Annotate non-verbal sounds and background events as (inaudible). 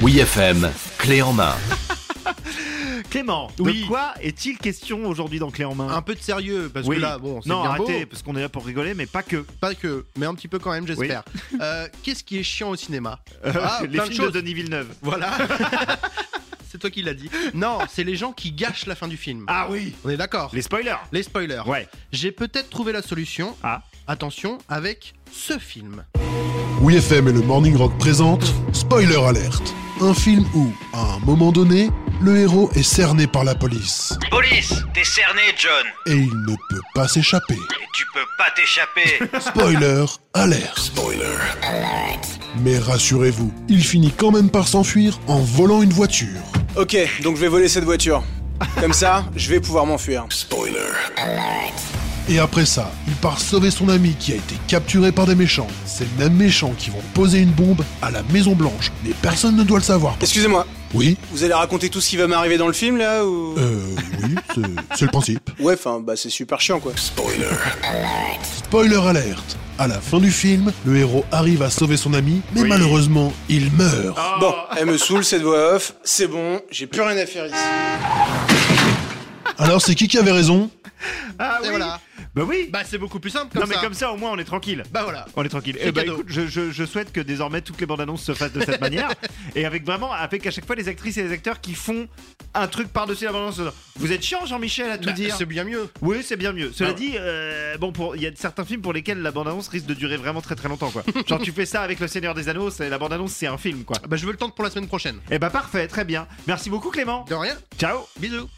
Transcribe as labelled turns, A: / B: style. A: Oui FM, clé en main.
B: Clément,
C: Oui.
B: de quoi est-il question aujourd'hui dans Clé en main
C: Un peu de sérieux, parce
B: Oui.
C: que là, bon, c'est
B: Non,
C: bien
B: arrêtez,
C: beau,
B: parce qu'on est là pour rigoler, mais pas que.
C: pas que, mais un petit peu quand même, j'espère.
B: (laughs)
C: Euh, Qu'est-ce qui est chiant au cinéma Ah,
B: Euh, Les
C: plein
B: films
C: de
B: de
C: choses.
B: Denis Villeneuve.
C: Voilà. c'est toi qui l'as dit. Non, c'est les gens qui gâchent la fin du film.
B: Ah oui
C: On est d'accord.
B: Les spoilers
C: Les spoilers.
B: Ouais.
C: J'ai peut-être trouvé la solution.
B: Ah.
C: Attention, avec ce film.
D: Oui FM et le Morning Rock présentent Spoiler Alert, un film où, à un moment donné, le héros est cerné par la police
E: Police, t'es cerné, John.
D: et il ne peut pas s'échapper.
E: Et tu peux pas t'échapper.
D: Spoiler Alert. Spoiler Alert. Mais rassurez-vous, il finit quand même par s'enfuir en volant une voiture.
F: Ok, donc je vais voler cette voiture. Comme ça, je vais pouvoir m'enfuir.
D: Et après ça, il part sauver son ami qui a été capturé par des méchants. Ces mêmes méchants qui vont poser une bombe à la Maison Blanche, mais personne ne doit le savoir.
F: Excusez-moi,
D: Oui
F: vous allez raconter tout ce qui va m'arriver dans le film là ou
D: Euh, oui, c'est- c'est le principe.
F: Ouais, enfin, bah c'est super chiant quoi.
D: Spoiler alerte À la fin du film, le héros arrive à sauver son ami, mais
B: Oui.
D: malheureusement, il meurt.
F: Bon, elle me saoule cette voix off, c'est bon, j'ai plus rien à faire ici.
D: Alors c'est qui qui avait raison
B: Ah
C: Et
B: oui
C: voilà.
B: Bah oui
C: Bah, c'est beaucoup plus simple comme
B: Non, mais
C: ça.
B: comme ça, au moins, on est tranquille.
C: Bah voilà.
B: On est tranquille.
C: C'est
B: Eh ben,
C: cadeau.
B: écoute, je, je- je souhaite que désormais toutes les bandes annonces se fassent de
C: (laughs)
B: cette manière et avec vraiment avec à chaque fois les actrices et les acteurs qui font un truc par-dessus la bande annonce. en disant, Vous êtes chiant Jean-Michel à tout
C: Bah,
B: dire.
C: C'est bien mieux.
B: Oui, c'est bien mieux. Cela
C: Ah.
B: dit, euh, bon, pour il y a certains films pour lesquels la bande annonce risque de durer vraiment très très
C: (laughs)
B: longtemps quoi. Genre tu fais ça avec Le Seigneur des Anneaux, c'est- la bande annonce c'est un film quoi. ben,
C: Bah, je veux le tente pour la semaine prochaine.
B: Eh bah parfait, très bien. Merci beaucoup Clément.
C: De rien.
B: Ciao.
C: Bisous.